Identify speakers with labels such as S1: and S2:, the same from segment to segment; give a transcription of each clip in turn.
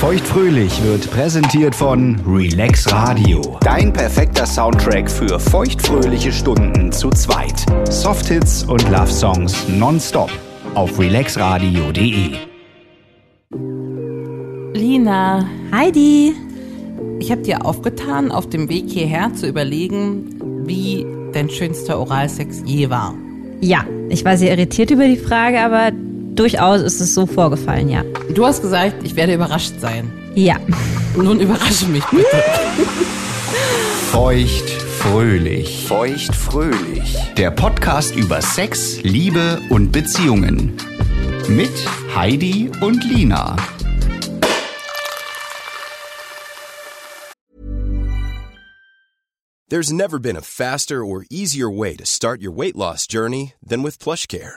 S1: Feuchtfröhlich wird präsentiert von Relax Radio. Dein perfekter Soundtrack für feuchtfröhliche Stunden zu zweit. Softhits und Love Songs nonstop auf relaxradio.de.
S2: Lina,
S3: Heidi,
S2: ich habe dir aufgetan, auf dem Weg hierher zu überlegen, wie dein schönster Oralsex je war.
S3: ja, ich war sehr irritiert über die Frage, aber durchaus ist es so vorgefallen, ja.
S2: Du hast gesagt, ich werde überrascht sein.
S3: Ja,
S2: Nun überrasche mich bitte.
S3: Hm?
S1: Feuchtfröhlich. Feuchtfröhlich. Der Podcast über Sex, Liebe und Beziehungen. Mit Heidi und Lina.
S4: There's never been a faster or easier way to start your weight loss journey than with PlushCare.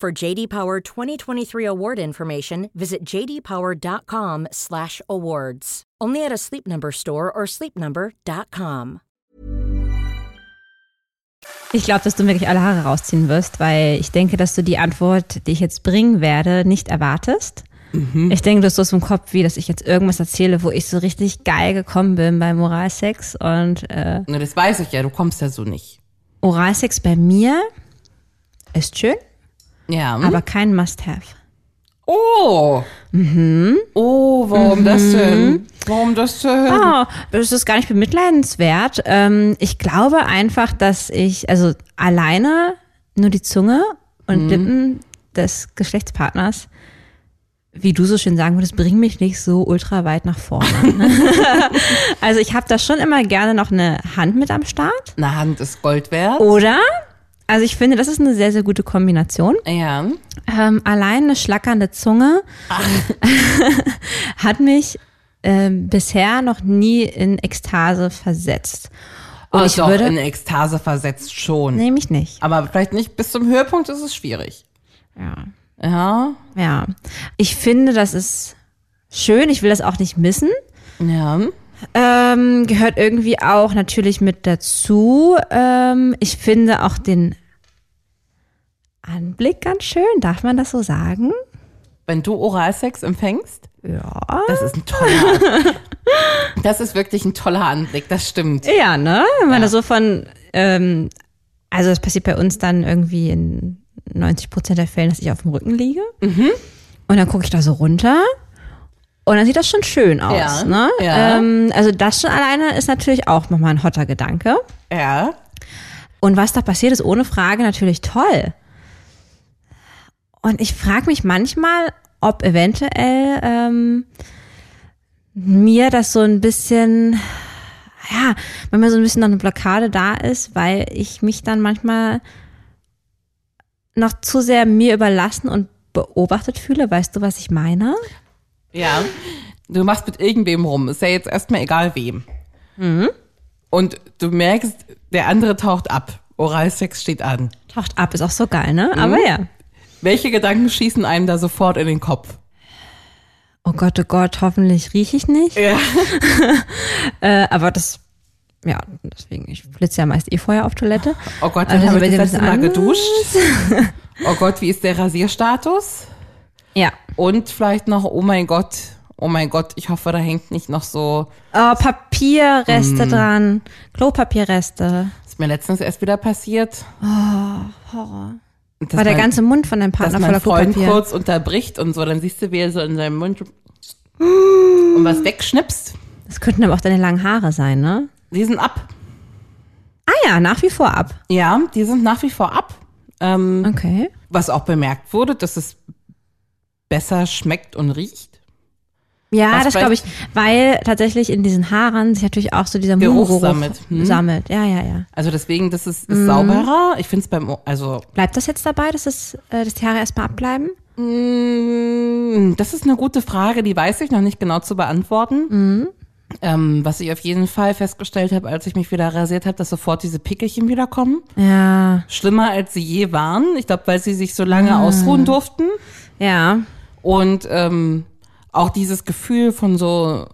S5: For JD Power 2023 award information, visit jdpower.com/awards. Only at a Sleep Number store or sleepnumber.com.
S3: ich glaube, dass du wirklich alle Haare rausziehen wirst, weil ich denke, dass du die Antwort, die ich jetzt bringen werde, nicht erwartest. Ich denke, du hast so im Kopf, wie dass ich jetzt irgendwas erzähle, wo ich so richtig geil gekommen bin beim Oralsex und äh,
S2: Na, das weiß ich ja, du kommst ja so nicht.
S3: Oralsex bei mir ist schön,
S2: Ja.
S3: aber kein Must-Have.
S2: oh. Mhm. Oh, warum
S3: Mhm.
S2: das denn? Warum das denn?
S3: Oh, das ist gar nicht bemitleidenswert. Ähm, ich glaube einfach, dass ich, also alleine nur die Zunge und Lippen des Geschlechtspartners, wie du so schön sagen würdest, bringen mich nicht so ultra weit nach vorne. also ich habe da schon immer gerne noch eine Hand mit am Start,
S2: Eine Hand ist Gold wert.
S3: oder? Also ich finde, das ist eine sehr, sehr gute Kombination.
S2: Ja.
S3: Ähm, allein eine schlackernde Zunge hat mich ähm, bisher noch nie in Ekstase versetzt. Und
S2: oh,
S3: ich
S2: doch,
S3: würde
S2: in Ekstase versetzt schon.
S3: nee, mich nicht.
S2: Aber vielleicht nicht bis zum Höhepunkt ist es schwierig.
S3: Ja.
S2: Ja.
S3: ja. Ich finde, das ist schön. Ich will das auch nicht missen.
S2: Ja.
S3: Ähm, gehört irgendwie auch natürlich mit dazu. Ähm, ich finde auch den Anblick ganz schön. Darf man das so sagen?
S2: Wenn du Oralsex empfängst,
S3: Ja.
S2: das ist ein toller. das ist wirklich ein toller Anblick, das stimmt.
S3: Ja, ne? Wenn man da so von, ähm, also das passiert bei uns dann irgendwie in 90 Prozent der Fällen, dass ich auf dem Rücken liege.
S2: Mhm.
S3: Und dann gucke ich da so runter. Und dann sieht das schon schön aus,
S2: Ja,
S3: ne?
S2: ja.
S3: Ähm, also das schon alleine ist natürlich auch nochmal ein hotter Gedanke.
S2: Ja.
S3: Und was da passiert, ist ohne Frage natürlich toll. Und ich frage mich manchmal, ob eventuell ähm, mir das so ein bisschen, ja, wenn mir so ein bisschen noch eine Blockade da ist, weil ich mich dann manchmal noch zu sehr mir überlassen und beobachtet fühle. Weißt du, was ich meine?
S2: Ja. Du machst mit irgendwem rum. Ist ja jetzt erstmal egal wem.
S3: Mhm.
S2: Und du merkst, der andere taucht ab. Oralsex steht an.
S3: Taucht ab, ist auch so geil, ne? Aber ja.
S2: Welche Gedanken schießen einem da sofort in den Kopf?
S3: Oh Gott, oh Gott, hoffentlich rieche ich nicht.
S2: Ja.
S3: äh, aber das ja, deswegen, ich flitze ja meist eh vorher auf Toilette.
S2: Oh Gott,
S3: Also
S2: dann haben
S3: bei
S2: wir das
S3: dir ein
S2: letzte
S3: bisschen
S2: Mal
S3: anders.
S2: geduscht. Oh Gott, wie ist der Rasierstatus?
S3: Ja.
S2: Und vielleicht noch, oh mein Gott, oh mein Gott, ich hoffe, da hängt nicht noch so.
S3: Oh,
S2: Mm.
S3: Papierreste dran. Klopapierreste.
S2: Ist mir letztens erst wieder passiert.
S3: Ah, Horror.
S2: dass
S3: War der
S2: mein-
S3: ganze Mund von deinem
S2: dass
S3: Partner voller
S2: mein Freund
S3: Klopapier.
S2: kurz unterbricht und so, dann siehst du, wie er so in seinem Mund und was wegschnipst.
S3: Das könnten aber auch deine langen Haare sein, ne?
S2: Die sind ab.
S3: Ah ja, nach wie vor ab.
S2: Ja, die sind nach wie vor ab. Ähm,
S3: Okay.
S2: was auch bemerkt wurde, dass es besser schmeckt und riecht.
S3: Ja,
S2: Was
S3: das
S2: bei-
S3: glaube ich, weil tatsächlich in diesen Haaren sich natürlich auch so dieser
S2: Geruch
S3: Mundgeruch
S2: sammelt, hm?
S3: sammelt. Ja, ja, ja.
S2: Also deswegen, das ist,
S3: Mhm.
S2: ist sauberer. Ich finde es beim, also
S3: Bleibt das jetzt dabei, dass, das, äh, dass die Haare erstmal abbleiben?
S2: Mm, Das ist eine gute Frage, die weiß ich noch nicht genau zu beantworten.
S3: Mhm.
S2: Ähm, was ich auf jeden Fall festgestellt habe, als ich mich wieder rasiert habe, dass sofort diese Pickelchen wiederkommen.
S3: Ja.
S2: Schlimmer, als sie je waren. Ich glaube, weil sie sich so lange
S3: Ah.
S2: ausruhen durften.
S3: Ja.
S2: Und ähm, auch dieses Gefühl von so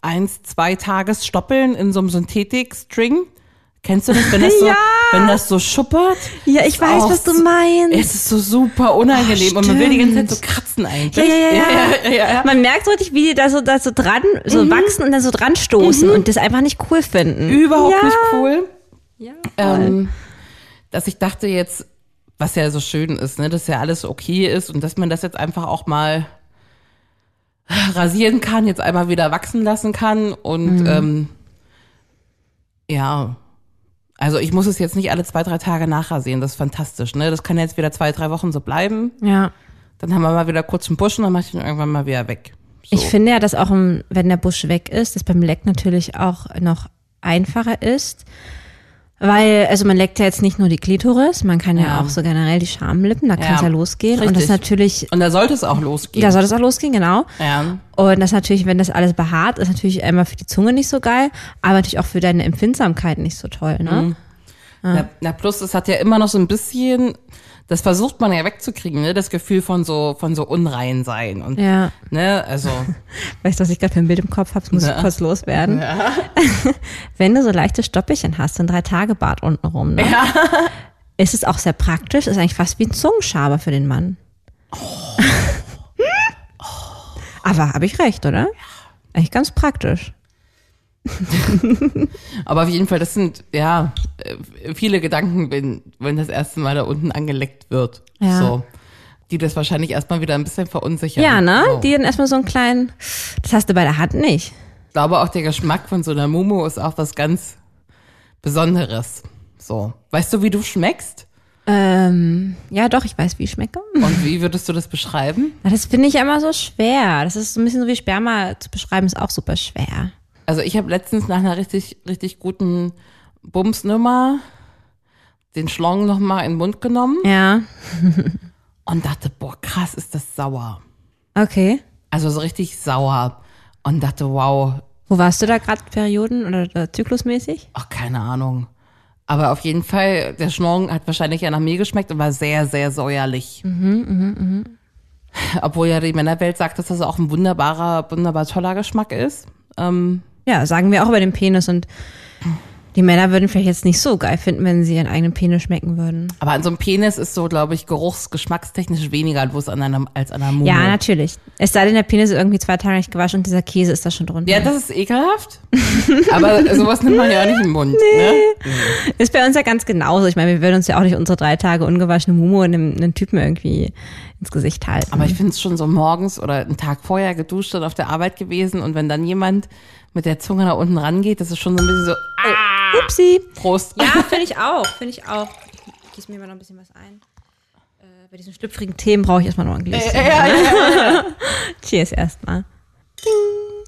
S2: eins, zwei Tages Stoppeln in so einem Synthetik-String. Kennst du das, wenn das so,
S3: Ja.
S2: wenn das so schuppert?
S3: Ja, ich
S2: Ist
S3: weiß,
S2: auch
S3: was du
S2: so-
S3: meinst.
S2: Es ist so super unangenehm und man will die ganze Zeit so kratzen
S3: Ja,
S2: eigentlich.
S3: ja, ja,
S2: ja, ja, Mhm. ja.
S3: Man merkt so richtig, wie die da so, da so dran, so wachsen und dann so dran stoßen und das einfach nicht cool finden.
S2: Mhm. überhaupt
S3: ja.
S2: nicht cool.
S3: Ja.
S2: Ähm, dass ich dachte jetzt, was ja so schön ist, ne, dass ja alles okay ist und dass man das jetzt einfach auch mal rasieren kann, jetzt einmal wieder wachsen lassen kann und ähm, ja. Also ich muss es jetzt nicht alle zwei, drei Tage nachrasieren, das ist fantastisch, ne? Das kann jetzt wieder zwei, drei Wochen so bleiben.
S3: ja.
S2: Dann haben wir mal wieder kurz einen Busch und dann mache ich ihn irgendwann mal wieder weg. So.
S3: Ich finde ja, dass auch, im- wenn der Busch weg ist, das beim Leck natürlich auch noch einfacher ist. Weil, also man leckt ja jetzt nicht nur die Klitoris, man kann ja,
S2: Ja.
S3: auch so generell die Schamlippen, da kann es ja losgehen. Und
S2: Richtig.
S3: das ist natürlich,
S2: Und da sollte es auch losgehen.
S3: da soll das auch losgehen, genau.
S2: ja.
S3: Und das ist natürlich, wenn das alles behaart, ist natürlich einmal für die Zunge nicht so geil, aber natürlich auch für deine Empfindsamkeit nicht so toll, ne? Ah.
S2: Na, na plus, es hat ja immer noch so ein bisschen, das versucht man ja wegzukriegen, ne? Das Gefühl von so, von so unrein sein und
S3: Ja.
S2: ne, also
S3: Weißt du, was ich gerade für ein Bild im Kopf habe? Das muss ich kurz loswerden. Wenn du so leichte Stoppelchen hast, so ein Drei-Tage-Bart untenrum, ne? ist es auch sehr praktisch, ist eigentlich fast wie ein Zungenschaber für den Mann. Oh. Aber habe ich recht, oder? Eigentlich ganz praktisch.
S2: aber auf jeden Fall, das sind ja äh, viele Gedanken, wenn, wenn das erste Mal da unten angeleckt wird.
S3: Ja.
S2: So. Die das wahrscheinlich erstmal wieder ein bisschen verunsichern.
S3: Ja, ne?
S2: So.
S3: Die dann erstmal so einen kleinen, das hast du bei der Hand nicht.
S2: ich glaube auch der Geschmack von so einer Mumu ist auch was ganz Besonderes. So. Weißt du, wie du schmeckst?
S3: Ähm, ja, doch, ich weiß, wie ich schmecke.
S2: Und wie würdest du das beschreiben?
S3: Na, Das finde ich ja immer so schwer. Das ist so ein bisschen so wie Sperma zu beschreiben, ist auch super schwer.
S2: Also ich habe letztens nach einer richtig, richtig guten Bumsnummer den Schlong nochmal in den Mund genommen
S3: Ja.
S2: und dachte, boah, krass, ist das sauer.
S3: Okay.
S2: Also so richtig sauer. Und dachte, wow,
S3: Wo warst du da gerade Perioden oder äh, zyklusmäßig?
S2: ach, keine Ahnung. Aber auf jeden Fall, der Schlong hat wahrscheinlich ja nach mir geschmeckt und war sehr, sehr säuerlich. Obwohl ja die Männerwelt sagt, dass das auch ein wunderbarer, wunderbar toller Geschmack ist. Ähm,
S3: Ja, sagen wir auch über den Penis und die Männer würden vielleicht jetzt nicht so geil finden, wenn sie ihren eigenen Penis schmecken würden.
S2: aber an so einem Penis ist so, glaube ich, geruchsgeschmackstechnisch weniger los an einer, als an einer Mumu.
S3: Ja, natürlich. Es sei denn, der Penis ist irgendwie zwei Tage nicht gewaschen und dieser Käse ist da schon drunter.
S2: Ja, das ist ekelhaft. Aber sowas nimmt man ja auch nicht im Mund. Ne?
S3: ist bei uns ja ganz genauso. Ich meine, wir würden uns ja auch nicht unsere drei Tage ungewaschene Mumu einem, einem Typen irgendwie ins Gesicht halten.
S2: Aber ich finde es schon so morgens oder einen Tag vorher geduscht und auf der Arbeit gewesen und wenn dann jemand mit der Zunge nach unten rangeht, das ist schon so ein bisschen so, ah,
S3: Upsi.
S2: Prost.
S3: Ja, finde ich auch. Finde ich auch. Ich gieße mir mal noch ein bisschen was ein. Äh, bei diesen schlüpfrigen Themen brauche ich erstmal noch ein Gläschen. ne? Cheers erstmal. Ding.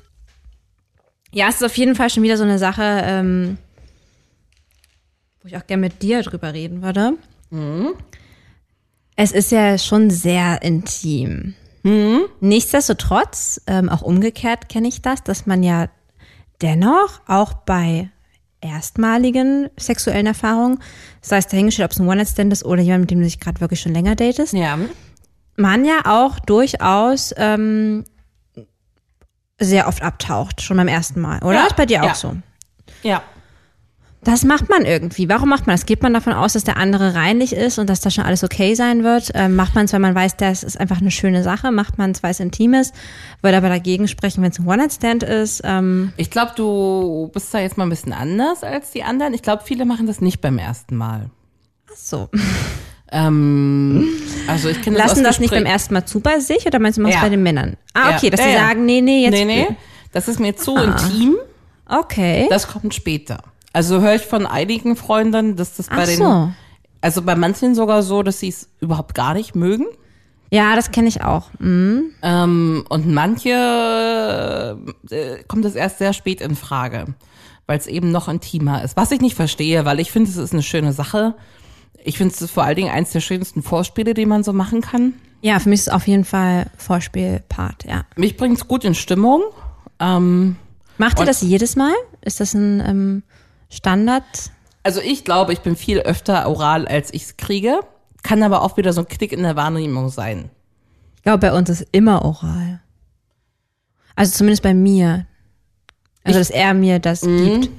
S3: Ja, es ist auf jeden Fall schon wieder so eine Sache, ähm, wo ich auch gerne mit dir drüber reden würde. Es ist ja schon sehr intim.
S2: Mhm.
S3: Nichtsdestotrotz, ähm, auch umgekehrt kenne ich das, dass man ja dennoch auch bei erstmaligen sexuellen Erfahrungen, sei es dahingestellt, ob es ein One-Night-Stand ist oder jemand, mit dem du dich gerade wirklich schon länger datest,
S2: Ja.
S3: man ja auch durchaus ähm, sehr oft abtaucht, schon beim ersten Mal, oder?
S2: Ja,
S3: Ist bei dir auch
S2: ja.
S3: so.
S2: Ja.
S3: Das macht man irgendwie. Warum macht man das? Geht man davon aus, dass der andere reinlich ist und dass da schon alles okay sein wird? Ähm, macht man es, weil man weiß, das ist einfach eine schöne Sache? Macht man es, weil es intim ist? Würde aber dagegen sprechen, wenn es ein One-Night-Stand ist? Ähm,
S2: Ich glaube, du bist da jetzt mal ein bisschen anders als die anderen. Ich glaube, viele machen das nicht beim ersten Mal.
S3: ach so.
S2: Ähm, also ich kenne das
S3: Lassen
S2: aus
S3: das nicht
S2: Gesprächen-
S3: beim ersten Mal zu bei sich oder meinst du, man
S2: Ja.
S3: es bei den Männern? Ah,
S2: Ja.
S3: okay, dass
S2: Ja,
S3: sie
S2: ja.
S3: sagen, nee, nee, jetzt. Ah.
S2: Nee, nee, das ist mir zu intim.
S3: Okay.
S2: Das kommt später. Also höre ich von einigen Freunden, dass das bei
S3: Ach
S2: den,
S3: so.
S2: also bei manchen sogar so, dass sie es überhaupt gar nicht mögen.
S3: Ja, das kenne ich auch. Mhm.
S2: Ähm, und manche äh, kommt es erst sehr spät in Frage, weil es eben noch intimer ist. Was ich nicht verstehe, weil ich finde, es ist eine schöne Sache. Ich finde es ist vor allen Dingen eins der schönsten Vorspiele, die man so machen kann.
S3: Ja, für mich ist es auf jeden Fall Vorspielpart, ja.
S2: Mich bringt es gut in Stimmung. Ähm,
S3: Macht ihr
S2: Und-
S3: das jedes Mal? Ist das ein ähm, Standard?
S2: also ich glaube, ich bin viel öfter oral, als ich es kriege. Kann aber auch wieder so ein Knick in der Wahrnehmung sein.
S3: Ich glaube, bei uns ist immer oral. Also zumindest bei mir. Also, dass er mir das
S2: Mhm.
S3: gibt.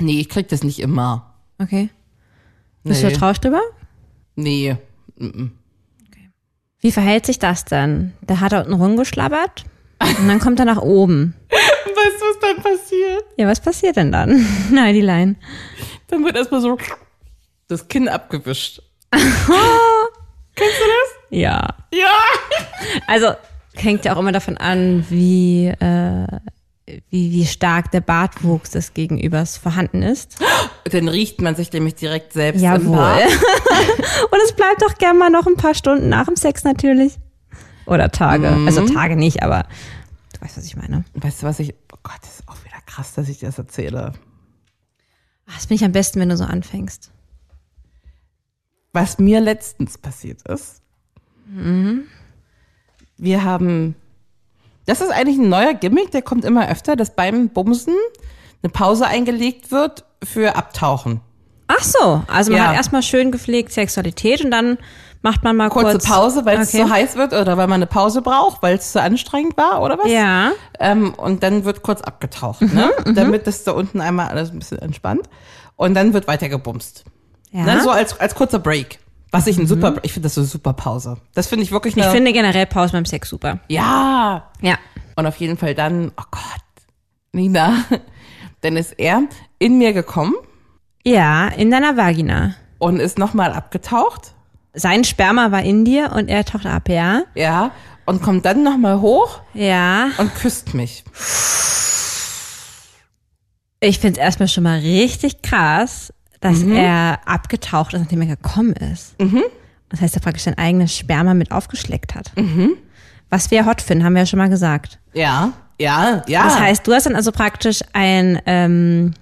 S2: Nee, ich krieg das nicht immer.
S3: Okay.
S2: Nee.
S3: Bist du da traurig drüber?
S2: Nee.
S3: Wie verhält sich das denn? Der hat da unten rumgeschlabbert und dann kommt er nach oben.
S2: Weißt du, was dann passiert?
S3: Ja, was passiert denn dann? Nein, die Line.
S2: Dann wird erstmal so das Kinn abgewischt.
S3: Ja.
S2: Ja!
S3: Also hängt ja auch immer davon an, wie, äh, wie, wie stark der Bartwuchs des Gegenübers vorhanden ist.
S2: Dann riecht man sich nämlich direkt selbst im
S3: Jawohl.
S2: Bad.
S3: Und es bleibt doch gern mal noch ein paar Stunden nach dem Sex natürlich. Oder Tage.
S2: Mhm.
S3: Also Tage nicht, aber du weißt, was ich meine.
S2: Weißt du, was ich. Oh Gott, das ist auch wieder krass, dass ich das erzähle.
S3: Ach, Das finde ich am besten, wenn du so anfängst.
S2: Was mir letztens passiert ist. Mhm. Wir haben. Das ist eigentlich ein neuer Gimmick, der kommt immer öfter, dass beim Bumsen eine Pause eingelegt wird für Abtauchen.
S3: Ach so, also man
S2: Ja.
S3: hat erstmal schön gepflegt Sexualität und dann macht man mal
S2: Kurze
S3: kurz
S2: Pause, weil es
S3: Okay.
S2: zu heiß wird oder weil man eine Pause braucht, weil es zu anstrengend war oder was?
S3: Ja.
S2: Ähm, und dann wird kurz abgetaucht, ne?
S3: Mhm,
S2: damit das da unten einmal alles ein bisschen entspannt. Und dann wird weiter gebumst.
S3: ja. Mhm.
S2: Ne? So als, als kurzer Break. Was ich ein super, ich finde das so eine super Pause. Das finde ich wirklich
S3: ich
S2: eine,
S3: finde generell Pause beim Sex super.
S2: ja.
S3: Ja.
S2: Und auf jeden Fall dann, oh Gott, Nina, dann ist er in mir gekommen
S3: Ja, in deiner Vagina.
S2: und ist nochmal abgetaucht,
S3: Sein Sperma war in dir und er taucht ab, ja?
S2: ja, und kommt dann nochmal hoch
S3: Ja.
S2: und küsst mich.
S3: Ich finde es erstmal schon mal richtig krass, dass er abgetaucht ist, nachdem er gekommen ist. Das heißt, er praktisch sein eigenes Sperma mit aufgeschleckt hat. Was wir hot finden, haben wir ja schon mal gesagt.
S2: Ja, ja, ja.
S3: Das heißt, du hast dann also praktisch einen ähm,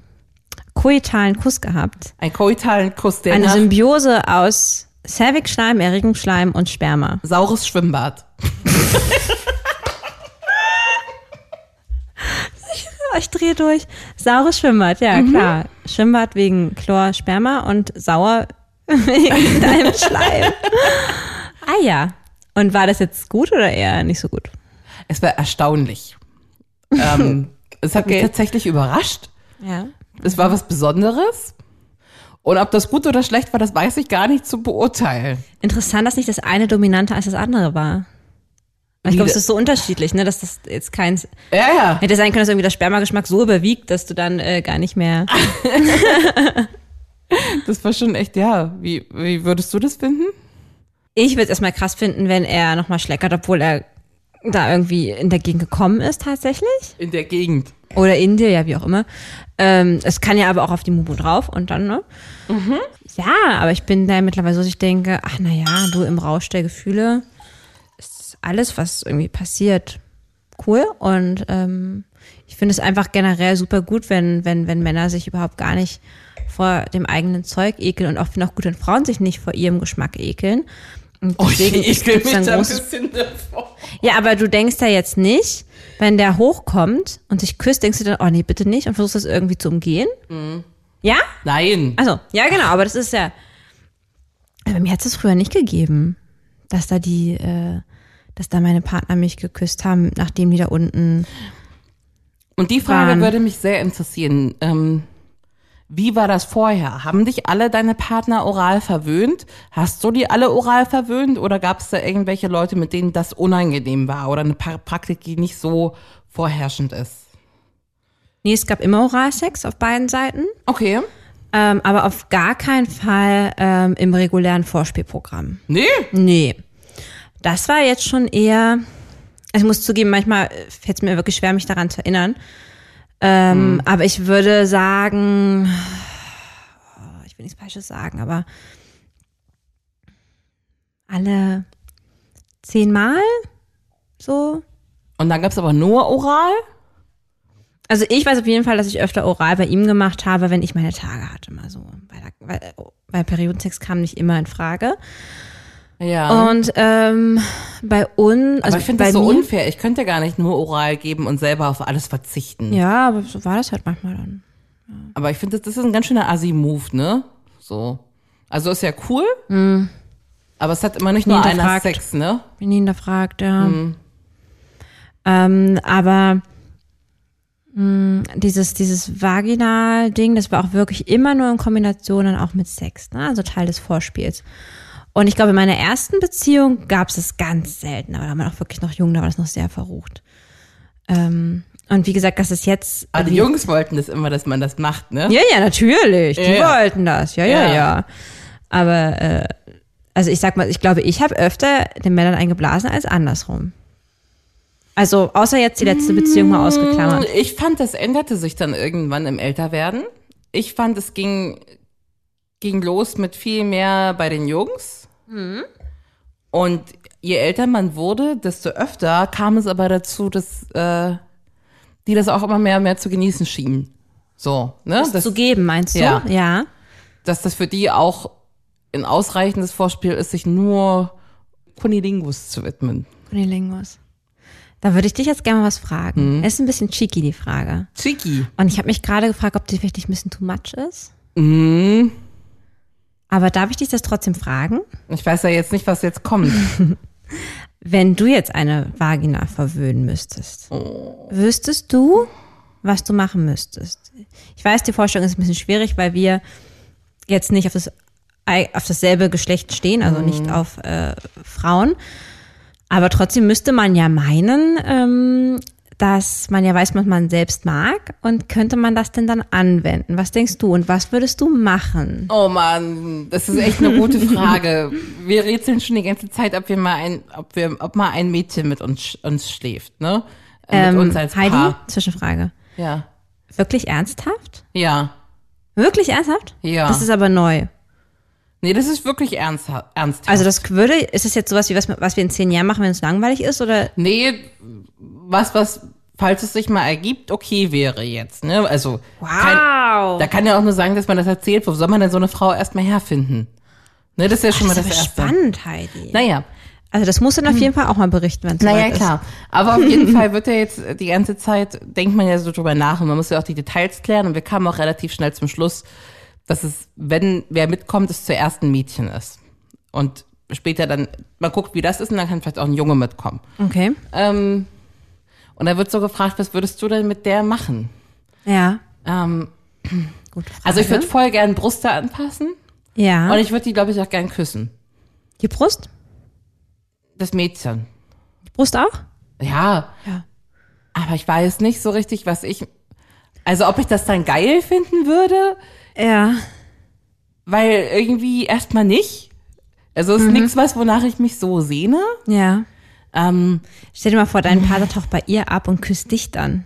S3: koitalen Kuss gehabt.
S2: Ein koitalen Kuss, der
S3: Eine
S2: nach
S3: Symbiose aus Cervixschleim, Erregungsschleim und Sperma.
S2: saures Schwimmbad.
S3: Ich drehe durch. Saures Schwimmbad, ja klar. Schwimmbad wegen Chlor, Sperma und sauer wegen deinem Schleim. ah ja. Und war das jetzt gut oder eher nicht so gut?
S2: Es war erstaunlich. ähm, es hat mich
S3: Okay.
S2: tatsächlich überrascht.
S3: Ja.
S2: Es war was Besonderes. Und ob das gut oder schlecht war, das weiß ich gar nicht zu beurteilen.
S3: Interessant, dass nicht das eine dominanter als das andere war. Weil Ich glaube, es ist so unterschiedlich, ne, dass das jetzt keins.
S2: Ja, ja.
S3: Hätte sein können, dass irgendwie der Spermageschmack so überwiegt, dass du dann äh, gar nicht mehr.
S2: Das war schon echt, ja. Wie, wie würdest du das finden?
S3: Ich würde es erstmal krass finden, wenn er nochmal schleckert, obwohl er da irgendwie in der Gegend gekommen ist tatsächlich.
S2: In der Gegend.
S3: Oder in dir, ja, wie auch immer. Ähm, es kann ja aber auch auf die Mumu drauf und dann, ne? Ja, aber ich bin da mittlerweile so, dass ich denke, ach naja, du im Rausch der Gefühle ist alles, was irgendwie passiert, cool. Und ähm, ich finde es einfach generell super gut, wenn, wenn, wenn Männer sich überhaupt gar nicht vor dem eigenen Zeug ekeln und auch finde auch gut, wenn Frauen sich nicht vor ihrem Geschmack ekeln. Und deswegen gibt's da ein großes
S2: bisschen davor.
S3: ja, aber du denkst ja jetzt nicht, wenn der hochkommt und dich küsst, denkst du dann, oh nee, bitte nicht und versuchst das irgendwie zu umgehen? Ja?
S2: Nein.
S3: Also, ja, genau, aber das ist ja. Aber mir hat es früher nicht gegeben, dass da die, äh, dass da meine Partner mich geküsst haben, nachdem die da unten.
S2: Und die Frage
S3: Waren.
S2: würde mich sehr interessieren. Ähm, Wie war das vorher? Haben dich alle deine Partner oral verwöhnt? Hast du die alle oral verwöhnt? Oder gab es da irgendwelche Leute, mit denen das unangenehm war? Oder eine pra Praktik, die nicht so vorherrschend ist?
S3: Nee, es gab immer Oralsex auf beiden Seiten,
S2: Okay.
S3: ähm, aber auf gar keinen Fall ähm, im regulären Vorspielprogramm.
S2: Nee.
S3: Nee. Das war jetzt schon eher. Also ich muss zugeben, manchmal fällt es mir wirklich schwer, mich daran zu erinnern. Ähm,
S2: Hm.
S3: Aber ich würde sagen, ich will nichts Falsches sagen, aber alle zehnmal so.
S2: Und dann gab es aber nur oral?
S3: Also ich weiß auf jeden Fall, dass ich öfter oral bei ihm gemacht habe, wenn ich meine Tage hatte, mal so. Weil, da- weil, weil Periodensex kam nicht immer in Frage.
S2: Ja.
S3: Und ähm, bei uns, also
S2: aber ich finde das
S3: bei
S2: so
S3: mir,
S2: unfair. Ich könnte gar nicht nur oral geben und selber auf alles verzichten.
S3: Ja, aber so war das halt manchmal dann.
S2: Aber ich finde, das, das ist ein ganz schöner Assi-Move, ne? So. Also ist ja cool. Aber es hat immer nicht
S3: Nie
S2: nur einer
S3: Hm. hinterfragt.
S2: Sex, ne?
S3: Wenn ihn da fragt, ja. Ähm, aber mh, dieses, dieses Vaginal-Ding, das war auch wirklich immer nur in Kombination dann auch mit Sex, ne? also Teil des Vorspiels. Und ich glaube, in meiner ersten Beziehung gab es das ganz selten, aber da war man auch wirklich noch jung, da war das noch sehr verrucht. Ähm, und wie gesagt, das ist jetzt.
S2: Aber die Jungs wollten das immer, dass man das macht, ne?
S3: Ja, ja, natürlich. Die
S2: Ja.
S3: wollten das. Ja, ja,
S2: Ja.
S3: ja. Aber, äh, also ich sag mal, ich glaube, ich habe öfter den Männern eingeblasen als andersrum. Also, außer jetzt die letzte Beziehung
S2: Mm,
S3: mal ausgeklammert.
S2: Ich fand, das änderte sich dann irgendwann im Älterwerden. Ich fand, es ging, ging los mit viel mehr bei den Jungs.
S3: Hm.
S2: Und je älter man wurde, desto öfter kam es aber dazu, dass äh, die das auch immer mehr und mehr zu genießen schienen. So, ne?
S3: Das zu geben, meinst du?
S2: Ja.
S3: ja.
S2: dass das für die auch ein ausreichendes Vorspiel ist, sich nur Kunilingus zu widmen.
S3: Kunilingus. Da würde ich dich jetzt gerne mal was fragen.
S2: Mhm.
S3: Ist ein bisschen cheeky, die Frage.
S2: Cheeky.
S3: Und ich habe mich gerade gefragt, ob die vielleicht nicht ein bisschen too much ist.
S2: Mhm.
S3: Aber darf ich dich das trotzdem fragen?
S2: Ich weiß ja jetzt nicht, was jetzt kommt.
S3: Wenn du jetzt eine Vagina verwöhnen müsstest, wüsstest du, was du machen müsstest? Ich weiß, die Vorstellung ist ein bisschen schwierig, weil wir jetzt nicht auf, das, ei- auf dasselbe Geschlecht stehen,
S2: Mhm.
S3: also nicht auf äh, Frauen. Aber trotzdem müsste man ja meinen, ähm, dass man ja weiß, was man selbst mag und könnte man das denn dann anwenden? Was denkst du und was würdest du machen?
S2: Oh Mann, das ist echt eine gute Frage. Wir rätseln schon die ganze Zeit, ob wir mal ein, ob wir, ob mal ein Mädchen mit uns, sch- uns schläft, ne? Äh, mit uns als
S3: Heidi,
S2: Paar.
S3: Zwischenfrage.
S2: Ja.
S3: Wirklich ernsthaft?
S2: Ja.
S3: Wirklich ernsthaft?
S2: Ja.
S3: Das ist aber neu.
S2: Nee, das ist wirklich ernst, ernsthaft.
S3: Also das würde, ist es jetzt sowas wie was, was wir in zehn Jahren machen, wenn es langweilig ist oder?
S2: Nee, was, was, falls es sich mal ergibt, okay wäre jetzt, ne? Also. Kein, da kann ja auch nur sagen, dass man das erzählt. Wo soll man denn so eine Frau erstmal herfinden? Ne, das ist ja schon mal
S3: das
S2: das,
S3: ist aber
S2: Erste.
S3: spannend, Heidi.
S2: Naja.
S3: Also das musst du dann auf jeden Fall auch mal berichten, wenn es
S2: Naja,
S3: soweit
S2: klar. Aber auf jeden Fall wird ja jetzt die ganze Zeit, denkt man ja so drüber nach und man muss ja auch die Details klären und wir kamen auch relativ schnell zum Schluss, dass es, wenn wer mitkommt, es zuerst ein Mädchen ist. Und später dann, man guckt, wie das ist und dann kann vielleicht auch ein Junge mitkommen.
S3: ist. Okay.
S2: Ähm, und dann wird so gefragt, was würdest du denn mit der machen?
S3: Ja.
S2: Ähm,
S3: Gute Frage.
S2: also ich würde voll gern Brüste anpassen
S3: ja.
S2: und ich würde die, glaube ich, auch gern küssen.
S3: die Brust?
S2: Das Mädchen.
S3: Die Brust auch?
S2: Ja.
S3: Ja.
S2: Aber ich weiß nicht so richtig, was ich. Also ob ich das dann geil finden würde,
S3: Ja.
S2: weil irgendwie erstmal nicht. Also ist nix nichts was, wonach ich mich so sehne.
S3: Ja.
S2: Ähm,
S3: Stell dir mal vor, dein Partner taucht bei ihr ab und küsst dich dann.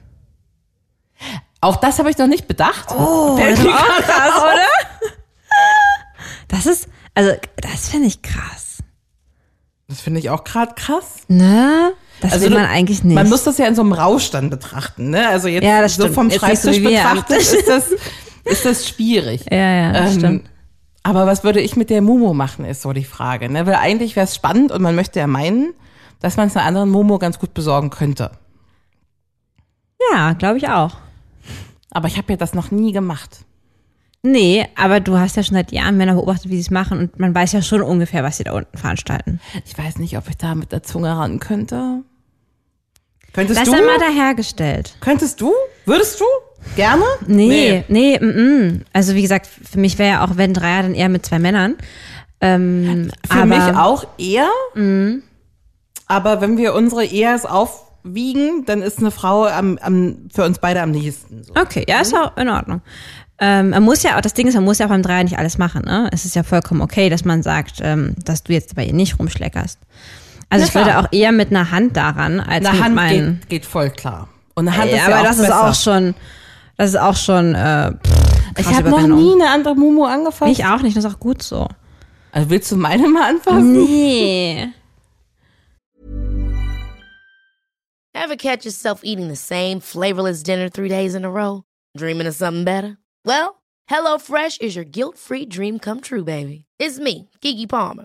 S2: auch das habe ich noch nicht bedacht. Oh,
S3: Krass, oder? Das ist, also das finde ich krass.
S2: das finde ich auch gerade krass.
S3: Ne? Das will
S2: Also du-
S3: man eigentlich nicht.
S2: Man muss das ja in so einem Rausch dann betrachten, ne? Also jetzt
S3: Ja, das
S2: so
S3: stimmt.
S2: vom
S3: Jetzt nicht so
S2: Schreibtisch
S3: wie wir am
S2: betrachtet ist das, ist das schwierig. Ähm,
S3: ja, ja, das stimmt.
S2: Aber was würde ich mit der Momo machen, ist so die Frage. Ne? Weil eigentlich wäre es spannend und man möchte ja meinen, dass man es einer anderen Momo ganz gut besorgen könnte.
S3: Ja, glaube ich auch.
S2: Aber ich habe ja das noch nie gemacht.
S3: Nee, aber du hast ja schon seit Jahren Männer beobachtet, wie sie es machen und man weiß ja schon ungefähr, was sie da unten veranstalten.
S2: Ich weiß nicht, ob ich da mit der Zunge ran könnte. Könntest
S3: Das
S2: du?
S3: ist einmal dahergestellt.
S2: Könntest du? Würdest du? Gerne?
S3: Nee, nee, mm, mm. also wie gesagt, für mich wäre ja auch, wenn Dreier, dann eher mit zwei Männern. Ähm,
S2: Für
S3: aber,
S2: mich auch eher. Mhm. Aber wenn wir unsere Ehers aufwiegen, dann ist eine Frau am, am, für uns beide am nächsten. So.
S3: Okay, ja, ist auch in Ordnung. Ähm, man muss ja auch, das Ding ist, man muss ja auch beim Dreier nicht alles machen. Ne? Es ist ja vollkommen okay, dass man sagt, ähm, dass du jetzt bei ihr nicht rumschleckerst. Also
S2: Na
S3: ich würde
S2: klar.
S3: auch eher mit einer Hand daran, als
S2: Eine
S3: mit
S2: Hand
S3: meinen.
S2: geht, geht voll klar. Und eine Hand ist
S3: ja, aber
S2: ja auch
S3: das
S2: besser.
S3: ist auch schon, das ist auch schon. Äh,
S2: Ich habe noch nie eine andere Mumu angefasst.
S3: Ich auch nicht, das ist auch gut so.
S2: Also willst du meine mal anfassen?
S3: Nee.
S6: Ever catch yourself eating the same flavorless dinner three days in a row? Dreaming of something better? Well, HelloFresh is your guilt-free dream come true, baby. It's me, Kiki Palmer.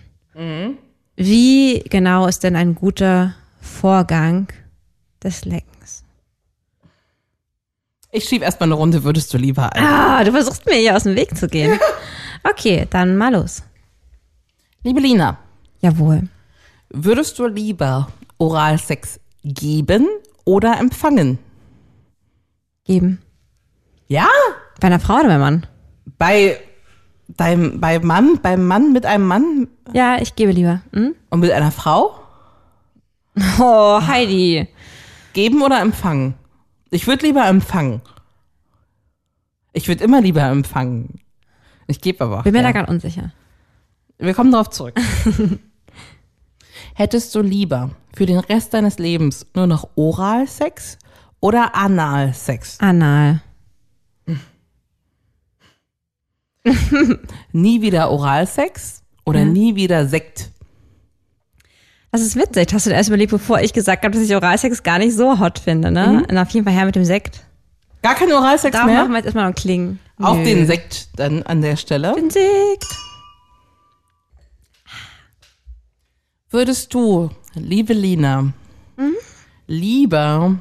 S3: Mhm. Wie genau ist denn ein guter Vorgang des Leckens?
S2: Ich schieb erstmal eine Runde, würdest du lieber. Alter.
S3: Ah, du versuchst mir hier aus dem Weg zu gehen. Okay, dann mal los.
S2: Liebe Lina,
S3: Jawohl.
S2: würdest du lieber Oralsex geben oder empfangen?
S3: Geben.
S2: Ja?
S3: Bei einer Frau oder beim Mann?
S2: Bei deinem bei Mann, beim Mann mit einem Mann
S3: Ja, ich gebe lieber. Hm?
S2: und mit einer Frau?
S3: Oh, Heidi.
S2: Geben oder empfangen? Ich würde lieber empfangen. Ich würde immer lieber empfangen. Ich gebe aber auch.
S3: Bin mir da
S2: gern.
S3: gerade unsicher.
S2: Wir kommen darauf zurück. Hättest du lieber für den Rest deines Lebens nur noch Oralsex oder Analsex?
S3: Anal.
S2: Nie wieder Oralsex oder
S3: Hm?
S2: nie wieder Sekt?
S3: Das ist witzig. Hast du dir erst überlegt, bevor ich gesagt habe, dass ich Oralsex gar nicht so hot finde, ne? Und auf jeden Fall her mit dem Sekt.
S2: Gar kein Oralsex
S3: Da
S2: mehr?
S3: machen wir jetzt erstmal noch Klingen.
S2: Auch
S3: Nö.
S2: den Sekt dann an der Stelle.
S3: Den Sekt.
S2: Würdest du, liebe Lina,
S3: Mhm.
S2: lieber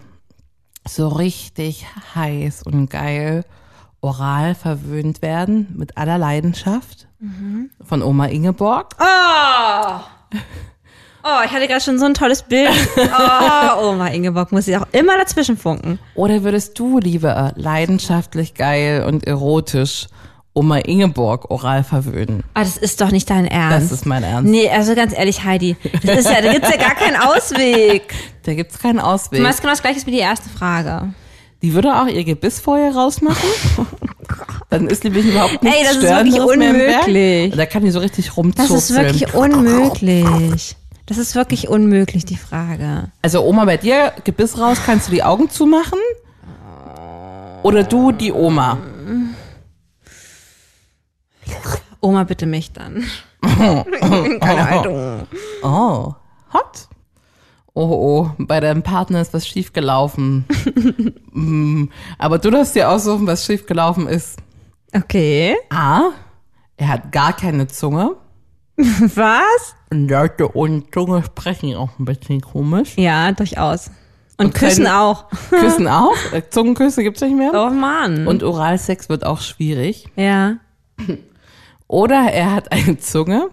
S2: so richtig heiß und geil oral verwöhnt werden mit aller Leidenschaft
S3: Mhm.
S2: von Oma Ingeborg?
S3: Ah. Oh, ich hatte gerade schon so ein tolles Bild. Oh, oh mein Ingeborg muss ich auch immer dazwischen funken.
S2: Oder würdest du lieber leidenschaftlich geil und erotisch Oma Ingeborg oral verwöhnen?
S3: Ah, das ist doch nicht dein Ernst.
S2: Das ist mein Ernst.
S3: Nee, also ganz ehrlich, Heidi, das ist ja, da gibt's ja gar keinen Ausweg.
S2: Da gibt's keinen Ausweg.
S3: Du machst genau das gleiche wie die erste Frage.
S2: Die würde auch ihr Gebiss vorher rausmachen. Dann ist nämlich überhaupt nichts
S3: Oh Ey, das ist
S2: Störendes
S3: wirklich
S2: mehr im Berg.
S3: unmöglich.
S2: Da kann die so richtig
S3: Das
S2: rumzuzeln.
S3: ist wirklich unmöglich. Das ist wirklich unmöglich, die Frage.
S2: Also Oma, bei dir Gebiss raus, kannst du die Augen zumachen? Oder du, die Oma?
S3: Oma, bitte mich dann. Keine Ahnung.
S2: Oh, hot. Oh, oh, bei deinem Partner ist was schiefgelaufen. Mm, Aber du darfst dir aussuchen, was schiefgelaufen ist.
S3: Okay.
S2: A, er hat gar keine Zunge.
S3: Was?
S2: Und Leute ohne Zunge sprechen auch ein bisschen komisch.
S3: Ja, durchaus. Und,
S2: Und
S3: küssen
S2: kein-
S3: auch.
S2: Küssen auch. Äh, Zungenküsse gibt's nicht mehr.
S3: Oh Mann.
S2: Und Oralsex wird auch schwierig.
S3: ja.
S2: Oder er hat eine Zunge,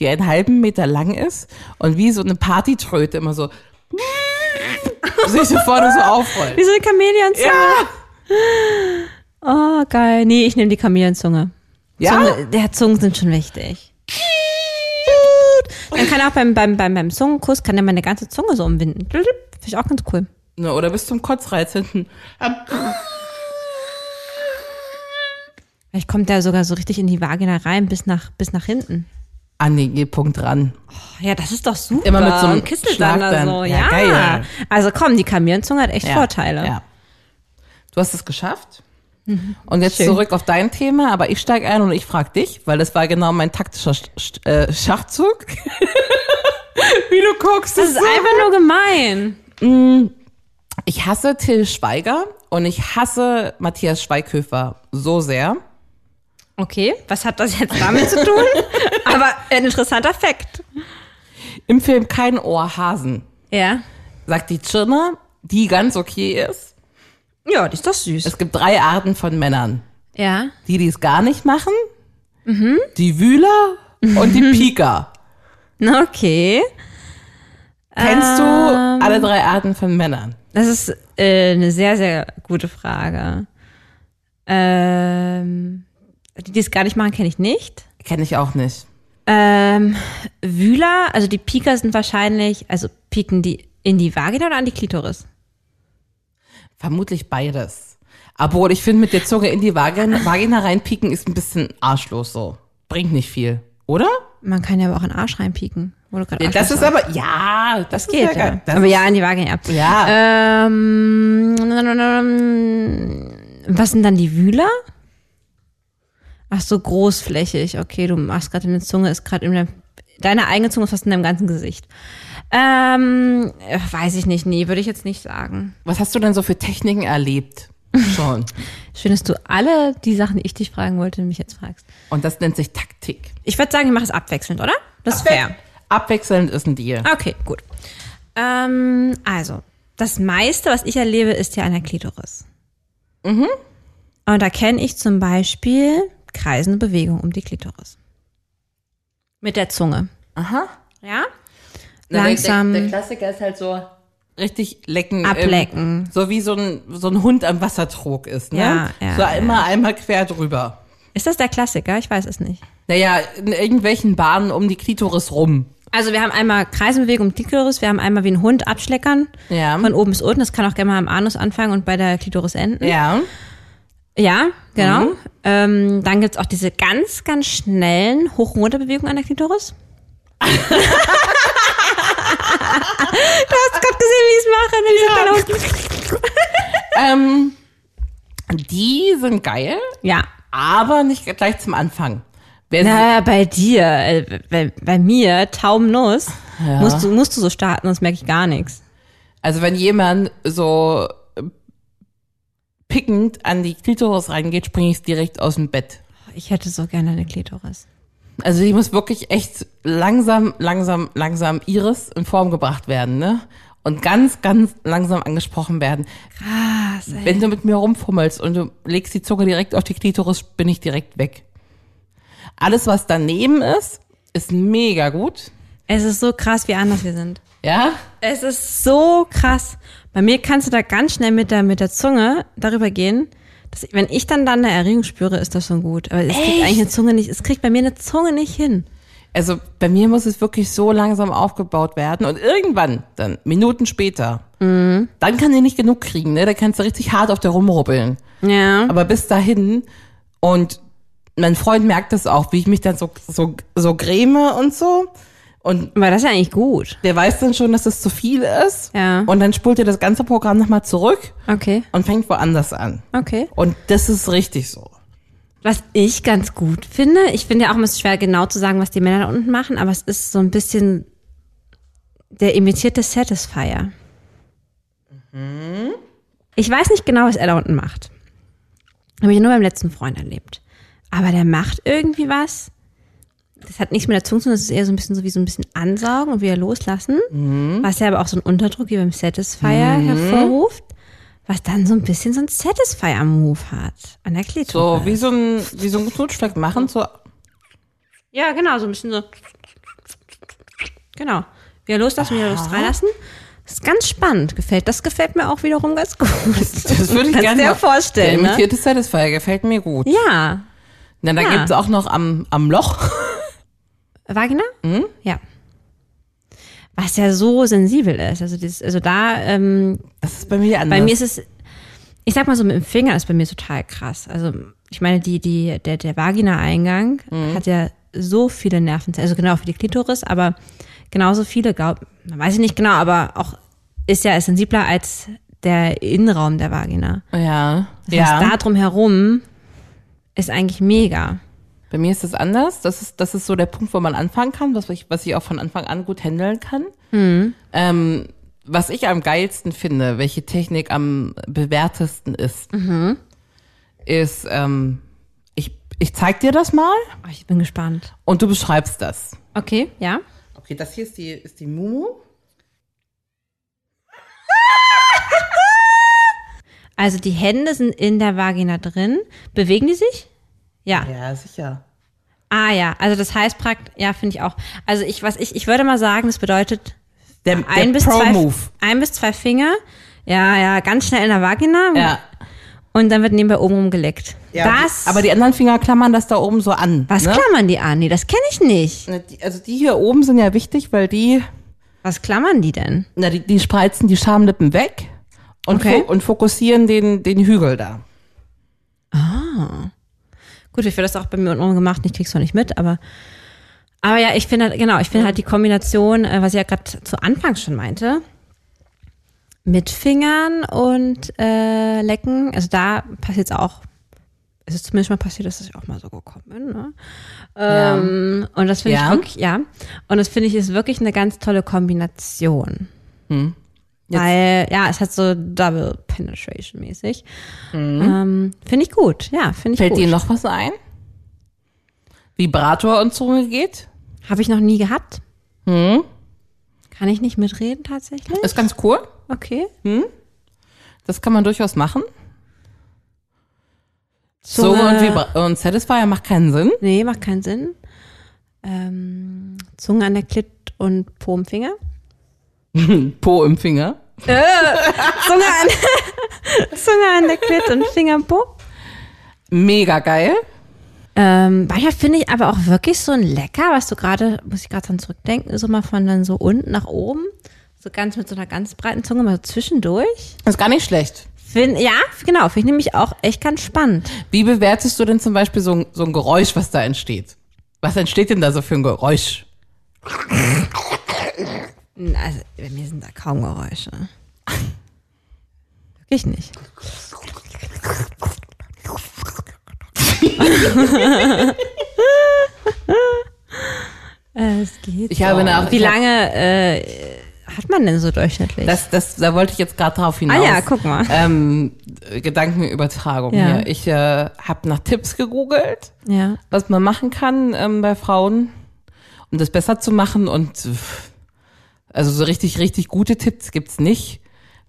S2: die einen halben Meter lang ist und wie so eine Partytröte immer so sich so vorne so aufrollt.
S3: Wie so eine Chamäleonzunge.
S2: Ja.
S3: Oh, geil. Nee, ich nehme die Chamäleonzunge.
S2: Ja?
S3: Zunge, der Zungen sind schon wichtig. Gut. Man kann auch beim, beim, beim, beim Zungenkuss, kann der meine ganze Zunge so umwinden. Finde ich auch ganz cool.
S2: Ne, oder bis zum Kotzreiz hinten.
S3: Vielleicht kommt der sogar so richtig in die Vagina rein, bis nach, bis nach hinten.
S2: An den G-Punkt ran.
S3: Ja, das ist doch super.
S2: Immer mit so einem
S3: Und kitzelt dann da
S2: Schlagbein.
S3: so.
S2: Ja,
S3: Ja,
S2: geil.
S3: Also komm, die Kamillenzunge hat echt
S2: Ja,
S3: Vorteile. Mhm.
S2: Ja. Du hast es geschafft. Und jetzt
S3: Schön.
S2: zurück auf dein Thema, aber ich steige ein und ich frage dich, weil das war genau mein taktischer Sch Sch- äh, Schachzug. Wie du guckst,
S3: Das ist einfach nur gemein.
S2: Ich hasse Till Schweiger und ich hasse Matthias Schweighöfer so sehr.
S3: Okay, was hat das jetzt damit zu tun? Aber ein interessanter Fakt.
S2: Im Film Kein Ohr Hasen
S3: Ja.
S2: sagt die Tschirner, die ganz okay ist.
S3: Ja, die ist doch süß.
S2: Es gibt drei Arten von Männern.
S3: Ja.
S2: Die, die es gar nicht machen, die Wühler und die Pieker.
S3: Na, Okay.
S2: Kennst du alle drei Arten von Männern?
S3: Das ist äh, eine sehr, sehr gute Frage. Ähm, die, die es gar nicht machen, kenne ich nicht.
S2: Kenne ich auch nicht.
S3: Ähm, Wühler, also die Pieker sind wahrscheinlich, also pieken die in die Vagina oder an die Klitoris?
S2: Vermutlich beides. Obwohl, ich finde, mit der Zunge in die Vagina, Vagina reinpieken ist ein bisschen arschlos so. Bringt nicht viel, oder?
S3: Man kann ja aber auch in den Arsch reinpieken. Wo du gerade
S2: Ja,
S3: Arsch
S2: das ist
S3: sagst.
S2: aber, ja, das,
S3: geht.
S2: geht. Ist ja
S3: Ja.
S2: geil. Das
S3: aber ja, in die Vagina ab.
S2: Ja.
S3: Ähm, was sind dann die Wühler? Ach so, großflächig. Okay, du machst gerade deine Zunge, ist gerade in deinem, deine eigene Zunge ist fast in deinem ganzen Gesicht. Ähm, äh, weiß ich nicht, nee, würde ich jetzt nicht sagen.
S2: Was hast du denn so für Techniken erlebt? Schon.
S3: Schön, dass du alle die Sachen, die ich dich fragen wollte, mich jetzt fragst.
S2: Und das nennt sich Taktik.
S3: Ich würde sagen, wir machen es abwechselnd, oder? Das ist fair.
S2: Abwechselnd ist ein Deal.
S3: Okay, gut. Ähm, also, das meiste, was ich erlebe, ist ja an der Klitoris. Mhm. Und da kenne ich zum Beispiel kreisende Bewegung um die Klitoris. Mit der Zunge.
S2: Aha.
S3: Ja? Langsam
S2: Der, der, der Klassiker ist halt so richtig lecken. ähm,
S3: ablecken.
S2: so wie so ein, so ein Hund am Wassertrog ist, ne?
S3: Ja, ja,
S2: so
S3: ja.
S2: immer einmal quer drüber.
S3: Ist das der Klassiker? Ich weiß es nicht.
S2: Naja, in irgendwelchen Bahnen um die Klitoris rum.
S3: Also wir haben einmal Kreisenbewegung um die Klitoris, wir haben einmal wie ein Hund abschleckern.
S2: Ja.
S3: Von oben bis unten. Das kann auch gerne mal am Anus anfangen und bei der Klitoris enden.
S2: Ja.
S3: Ja, genau. Ähm, dann gibt's auch diese ganz, ganz schnellen Hoch- und Runterbewegungen an der Klitoris. du hast gerade gesehen, wie ich es mache. Ne? Diese kleine Hoch-
S2: ähm, die sind geil,
S3: Ja.
S2: aber nicht gleich zum Anfang. Wer sie-
S3: Naja, bei dir, äh, bei, bei mir, Taumnuss, musst, du, musst du so starten, sonst merke ich gar nichts.
S2: also wenn jemand so äh, pickend an die Klitoris reingeht, springe ich direkt aus dem Bett.
S3: Ich hätte so gerne eine Klitoris.
S2: Also die muss wirklich echt langsam, langsam, langsam Iris in Form gebracht werden, ne? Und ganz, ganz langsam angesprochen werden. Krass. Ey. Wenn du mit mir rumfummelst und du legst die Zunge direkt auf die Klitoris, bin ich direkt weg. Alles, was daneben ist, ist mega gut.
S3: Es ist so krass, wie anders wir sind.
S2: Ja?
S3: Es ist so krass. Bei mir kannst du da ganz schnell mit der, mit der Zunge darüber gehen. Dass, wenn ich dann dann eine Erregung spüre, ist das schon gut. Aber es kriegt eigentlich eine Zunge nicht, es kriegt bei mir eine Zunge nicht hin.
S2: Also bei mir muss es wirklich so langsam aufgebaut werden und irgendwann, dann Minuten später, dann kann die nicht genug kriegen, ne? Da kannst du richtig hart auf der rumrubbeln.
S3: Ja.
S2: Aber bis dahin und mein Freund merkt das auch, wie ich mich dann so, so, so gräme und so. Und
S3: Aber das ist ja eigentlich gut.
S2: der weiß dann schon, dass das zu viel ist.
S3: Ja.
S2: Und dann spult er das ganze Programm nochmal zurück
S3: Okay.
S2: und fängt woanders an.
S3: Okay.
S2: Und das ist richtig so.
S3: Was ich ganz gut finde, ich finde ja auch, es ist schwer genau zu sagen, was die Männer da unten machen, aber es ist so ein bisschen der imitierte Satisfier. Ich weiß nicht genau, was er da unten macht. Habe ich nur beim letzten Freund erlebt. Aber der macht irgendwie was. Das hat nichts mit der Zunge zu tun, das ist eher so ein bisschen so wie so ein bisschen ansaugen und wieder loslassen. Was ja aber auch so einen Unterdruck wie beim Satisfier hervorruft. Was dann so ein bisschen so ein Satisfier-Move hat. An der Klitoris.
S2: So wie so ein, wie so ein Knutschfleck machen. So,
S3: Ja, genau, so ein bisschen so. Genau. Wieder loslassen, wieder Lust reinlassen. Das ist ganz spannend, gefällt. Das gefällt mir auch wiederum ganz gut.
S2: das würde ich
S3: Kannst
S2: gerne
S3: dir ja
S2: mal-
S3: vorstellen,
S2: Der
S3: ne?
S2: imitierte Satisfier gefällt mir gut.
S3: Ja.
S2: Na, dann
S3: Ja.
S2: gibt's auch noch am, am Loch.
S3: Vagina? Ja. was ja so sensibel ist. Also, dieses, also da, ähm,
S2: Das ist bei mir anders.
S3: bei mir ist es, ich sag mal so, mit dem Finger ist bei mir total krass. Also ich meine, die, die, der, der Vagina-Eingang hat ja so viele Nervenzellen, also genau wie die Klitoris, aber genauso viele, glaub, weiß ich nicht genau, aber auch ist ja sensibler als der Innenraum der Vagina.
S2: ja,
S3: Das heißt,
S2: ja.
S3: da drum herum ist eigentlich mega.
S2: Bei mir ist das anders. Das ist, das ist so der Punkt, wo man anfangen kann, was ich, was ich auch von Anfang an gut handeln kann.
S3: Hm.
S2: Ähm, was ich am geilsten finde, welche Technik am bewährtesten ist,
S3: Mhm.
S2: ist, ähm, ich, ich zeig dir das mal
S3: Oh, ich bin gespannt.
S2: und du beschreibst das.
S3: Okay, ja.
S2: Okay, das hier ist die, ist die Mumu.
S3: Also die Hände sind in der Vagina drin. Bewegen die sich? Ja.
S2: Ja, sicher.
S3: Ah ja, also das heißt praktisch, ja, finde ich auch. Also ich, was ich, ich würde mal sagen, das bedeutet
S2: Der, der
S3: ein bis, zwei,
S2: Pro-Move.
S3: ein bis zwei Finger. Ja, ja, ganz schnell in der Vagina.
S2: Ja.
S3: Und dann wird nebenbei oben rumgeleckt. das,
S2: Aber die anderen Finger klammern das da oben so an.
S3: was
S2: ne?
S3: klammern die an? Nee, das kenne ich nicht.
S2: Ne, die- Also die hier oben sind ja wichtig, weil die,
S3: Was klammern die denn?
S2: na, die, die spreizen die Schamlippen weg und,
S3: Okay.
S2: fo und fokussieren den, den Hügel da.
S3: Gut, ich werde das auch bei mir unten gemacht, ich krieg's noch nicht mit, aber aber ja, ich finde halt, genau, ich finde halt die Kombination, äh, was ich ja gerade zu Anfang schon meinte, mit Fingern und äh, Lecken, also da passiert's auch, es ist zumindest mal passiert, dass ich auch mal so gekommen bin, ne? Ähm, Und das finde
S2: Ja.
S3: ich wirklich, ja, und das finde ich ist wirklich eine ganz tolle Kombination.
S2: Hm.
S3: Weil, ja, es hat so Double Penetration mäßig. Ähm, finde ich gut, ja, finde ich
S2: Mhm. Fällt
S3: gut.
S2: dir noch was ein? Vibrator und Zunge geht?
S3: Habe ich noch nie gehabt.
S2: Hm?
S3: Kann ich nicht mitreden tatsächlich?
S2: Ist ganz cool.
S3: Okay.
S2: Das kann man durchaus machen. Zunge und, Vibra und Satisfier macht keinen Sinn.
S3: Nee, macht keinen Sinn. Ähm, Zunge an der Klit und Po im Finger.
S2: Po im Finger.
S3: Zunge an, Zunge an der Klit und Finger im Po.
S2: Mega geil.
S3: Ähm, manchmal finde ich aber auch wirklich so ein Lecker, was du gerade, muss ich gerade dran zurückdenken, so mal von dann so unten nach oben, so ganz mit so einer ganz breiten Zunge mal so zwischendurch.
S2: Ist gar nicht schlecht.
S3: Find, ja, genau, finde ich nämlich auch echt ganz spannend.
S2: Wie bewertest du denn zum Beispiel so ein, so ein Geräusch, was da entsteht? Was entsteht denn da so für ein Geräusch?
S3: Also, bei mir sind da kaum Geräusche. Wirklich nicht. Äh, es geht.
S2: Ich habe
S3: so.
S2: eine-
S3: Wie
S2: ich hab-
S3: lange äh, hat man denn so durchschnittlich?
S2: Das, genau. das, da wollte ich jetzt gerade drauf hinaus.
S3: Ah ja, guck mal.
S2: Ähm, äh, Gedankenübertragung
S3: Ja.
S2: hier. Ich äh, habe nach Tipps gegoogelt,
S3: ja.
S2: was man machen kann ähm, bei Frauen, um das besser zu machen. Und äh, also so richtig, richtig gute Tipps gibt's nicht.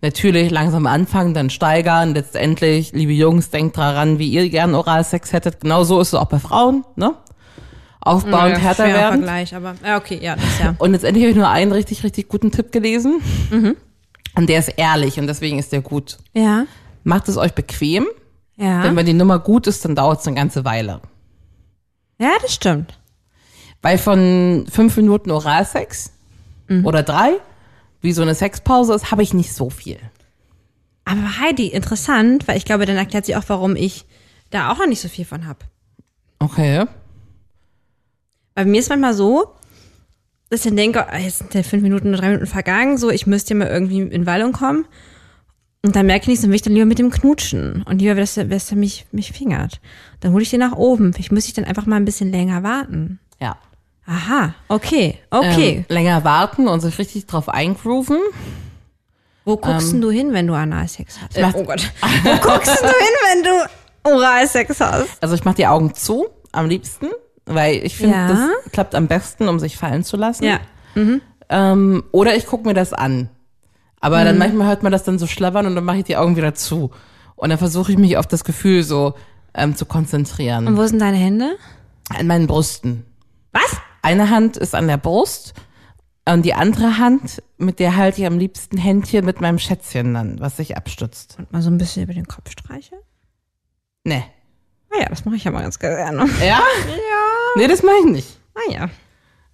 S2: Natürlich langsam anfangen, dann steigern. Letztendlich, liebe Jungs, denkt daran, wie ihr gern Oralsex hättet. Genau so ist es auch bei Frauen, ne? Aufbauend,
S3: Naja,
S2: härter
S3: fairer
S2: werden.
S3: Vergleich, aber ja, okay, ja, das ja.
S2: Und letztendlich habe ich nur einen richtig, richtig guten Tipp gelesen.
S3: Mhm.
S2: Und der ist ehrlich und deswegen ist der gut.
S3: Ja,
S2: Macht es euch bequem. Denn
S3: ja.
S2: wenn die Nummer gut ist, dann dauert es eine ganze Weile.
S3: Ja, das stimmt.
S2: Weil von fünf Minuten Oralsex
S3: Mhm.
S2: oder drei, wie so eine Sexpause ist, habe ich nicht so viel.
S3: Aber Heidi, interessant, weil ich glaube, dann erklärt sich auch, warum ich da auch noch nicht so viel von habe.
S2: Okay.
S3: Bei mir ist manchmal so, dass ich dann denke, ah, jetzt sind ja fünf Minuten, drei Minuten vergangen, so ich müsste ja mal irgendwie in Wallung kommen. Und dann merke ich nichts, dann will ich dann lieber mit dem Knutschen. Und lieber, dass der, dass der mich, mich fingert. Dann hole ich den nach oben. Vielleicht müsste ich dann einfach mal ein bisschen länger warten.
S2: Ja.
S3: Aha, okay, okay.
S2: Ähm, länger warten und sich richtig drauf eingrooven.
S3: Wo guckst denn du hin, wenn du Analsex hast? Oh
S2: Ich mach-
S3: Wo guckst denn du hin, wenn du Oralsex hast?
S2: Also ich mache die Augen zu, am liebsten, weil ich finde,
S3: Ja.
S2: das klappt am besten, um sich fallen zu lassen.
S3: Ja,
S2: Ähm, oder ich gucke mir das an. Aber
S3: Mhm.
S2: dann manchmal hört man das dann so schlabbern und dann mache ich die Augen wieder zu. Und dann versuche ich mich auf das Gefühl so ähm, zu konzentrieren.
S3: und wo sind deine Hände?
S2: An meinen Brüsten.
S3: Was?
S2: Eine Hand ist an der Brust und die andere Hand, mit der halte ich am liebsten Händchen mit meinem Schätzchen dann, was sich abstützt.
S3: Und mal so ein bisschen über den Kopf streicheln?
S2: Nee.
S3: Ah ja, das mache ich ja mal ganz gerne.
S2: Ja? Ja. Nee, das mache ich nicht.
S3: Ah ja.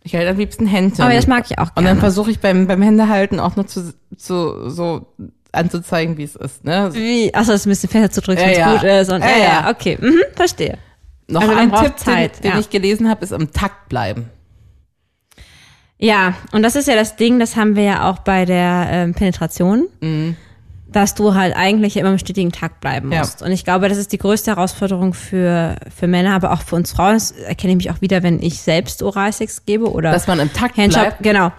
S2: Ich halte am liebsten Händchen.
S3: Aber das mag ich auch
S2: Und dann
S3: gerne.
S2: versuche ich beim, beim Händehalten auch nur zu, zu so anzuzeigen, wie es ist. Ne?
S3: Wie? Achso, das ein bisschen fester zu drücken,
S2: Ja,
S3: wenn es
S2: ja.
S3: gut ist. Und,
S2: Ja,
S3: ja, ja,
S2: ja.
S3: okay. Mhm, verstehe.
S2: Noch
S3: Also man
S2: ein
S3: braucht
S2: Tipp,
S3: Zeit,
S2: den, den
S3: ja.
S2: ich gelesen habe, ist im Takt bleiben.
S3: Ja, und das ist ja das Ding, das haben wir ja auch bei der ähm, Penetration, dass du halt eigentlich immer im stetigen Takt bleiben
S2: Ja.
S3: musst. Und ich glaube, das ist die größte Herausforderung für, für Männer, aber auch für uns Frauen. Das erkenne ich mich auch wieder, wenn ich selbst Oralsex gebe oder
S2: Dass man im Takt
S3: Handjob,
S2: bleibt.
S3: genau.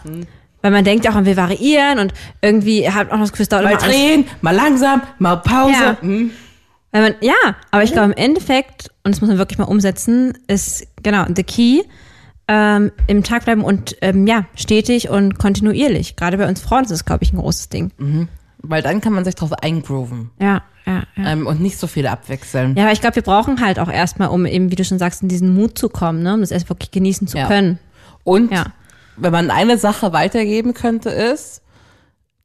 S3: Weil man denkt auch, man will variieren und irgendwie hat auch noch das Gefühl, es dauert
S2: Mal
S3: immer alles
S2: drehen, mal langsam, mal Pause.
S3: Ja.
S2: Hm.
S3: Weil man, ja, aber ich glaube im Endeffekt, und das muss man wirklich mal umsetzen, ist genau the key, ähm, im Tag bleiben und ähm, ja, stetig und kontinuierlich. Gerade bei uns Frauen ist das, glaube ich, ein großes Ding.
S2: Weil dann kann man sich drauf eingrooven
S3: Ja, ja, ja.
S2: ähm, und nicht so viel abwechseln.
S3: Ja, aber ich glaube, wir brauchen halt auch erstmal, um eben, wie du schon sagst, in diesen Mut zu kommen, ne? um das erst wirklich genießen zu
S2: Ja.
S3: können.
S2: Und
S3: Ja.
S2: wenn man eine Sache weitergeben könnte, ist,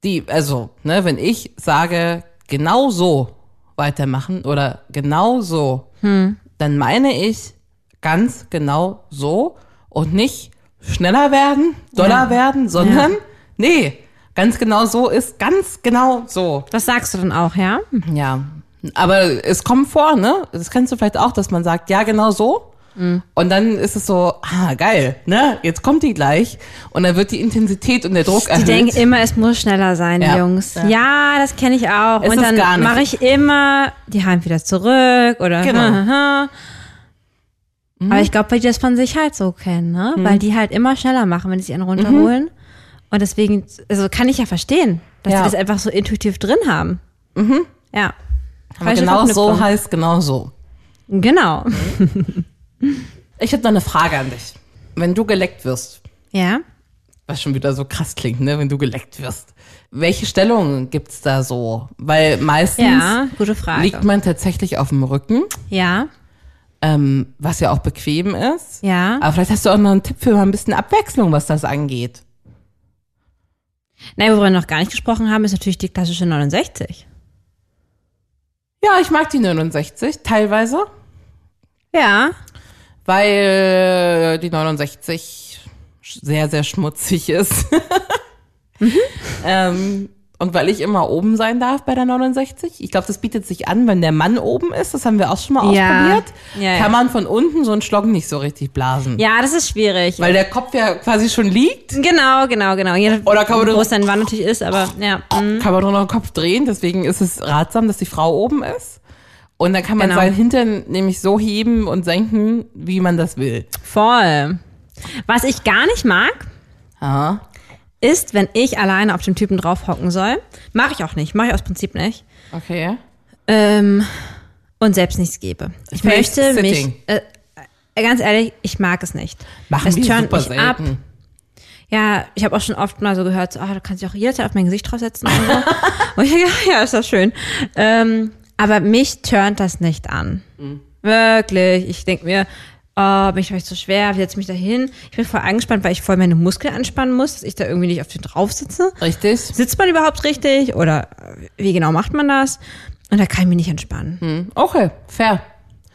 S2: die, also, ne, wenn ich sage, genau so weitermachen oder genau so, dann meine ich ganz genau so und nicht schneller werden, doller werden, sondern, nee, ganz genau so ist ganz genau so.
S3: Das sagst du dann auch, ja?
S2: Ja, aber es kommt vor, ne? Das kennst du vielleicht auch, dass man sagt, ja, genau so.
S3: Mhm.
S2: Und dann ist es so, ah, geil, ne? Jetzt kommt die gleich. Und dann wird die Intensität und der Druck
S3: Die
S2: erhöht.
S3: denken äh, immer, es muss schneller sein,
S2: Ja.
S3: Jungs.
S2: Ja.
S3: Ja, das kenne ich auch.
S2: Es
S3: und
S2: ist
S3: dann
S2: gar nicht.
S3: mache ich immer die Hand wieder zurück oder.
S2: Genau. Mhm.
S3: Aber ich glaube, weil die das von sich halt so kennen, ne? Weil die halt immer schneller machen, wenn sie
S2: Mhm.
S3: einen runterholen. Und deswegen, also kann ich ja verstehen, dass
S2: Ja.
S3: die das einfach so intuitiv drin haben. Mhm. Ja.
S2: aber
S3: Falsche
S2: genau so
S3: Verknüpfung.
S2: heißt genau so.
S3: Genau.
S2: Ich habe noch eine Frage an dich. Wenn du geleckt wirst,
S3: Ja.
S2: was schon wieder so krass klingt, ne? Wenn du geleckt wirst. Welche Stellung gibt's da so? Weil meistens
S3: Ja, also. gute Frage.
S2: liegt man tatsächlich auf dem Rücken,
S3: Ja.
S2: ähm, was ja auch bequem ist.
S3: Ja.
S2: Aber vielleicht hast du auch noch einen Tipp für mal ein bisschen Abwechslung, was das angeht.
S3: Nein, worüber wir noch gar nicht gesprochen haben, ist natürlich die klassische 69.
S2: Ja, ich mag die 69 teilweise,
S3: Ja.
S2: weil äh, die 69 sch- sehr, sehr schmutzig ist.
S3: Mhm.
S2: ähm, und weil ich immer oben sein darf bei der 69. Ich glaube, das bietet sich an, wenn der Mann oben ist. Das haben wir auch schon mal
S3: Ja.
S2: ausprobiert.
S3: Ja, ja.
S2: Kann man von unten so einen Schlock nicht so richtig blasen.
S3: Ja, das ist schwierig.
S2: Weil der Kopf ja quasi schon liegt.
S3: Genau, genau, genau. Je,
S2: Oder kann man
S3: wie
S2: das-
S3: groß dein Wann natürlich ist, aber ja. mm.
S2: kann man nur noch den Kopf drehen, deswegen ist es ratsam, dass die Frau oben ist. Und dann kann man
S3: Genau.
S2: seinen Hintern nämlich so heben und senken, wie man das will.
S3: Voll. Was ich gar nicht mag,
S2: Aha.
S3: ist, wenn ich alleine auf dem Typen draufhocken soll. Mache ich auch nicht, mache ich aus Prinzip nicht.
S2: Okay.
S3: Ähm, und selbst nichts gebe. Ich
S2: Face
S3: möchte mich.
S2: sitting.
S3: Äh, äh, ganz ehrlich, ich mag es nicht.
S2: Machen
S3: es
S2: wir
S3: turnt
S2: super
S3: mich
S2: selten.
S3: ab. Ja, ich habe auch schon oft mal so gehört, so, ah, du kannst dich auch jederzeit auf mein Gesicht draufsetzen. Und so. und ich, dachte, ja, ja, ist doch schön. Ähm, aber mich turnt das nicht an. Wirklich. Ich denk mir, oh, bin ich vielleicht zu schwer, wie setze ich mich da hin? Ich bin voll angespannt, weil ich voll meine Muskeln anspannen muss, dass ich da irgendwie nicht auf den drauf sitze.
S2: Richtig.
S3: Sitzt man überhaupt richtig oder wie genau macht man das? Und da kann ich mich nicht entspannen.
S2: Okay, fair.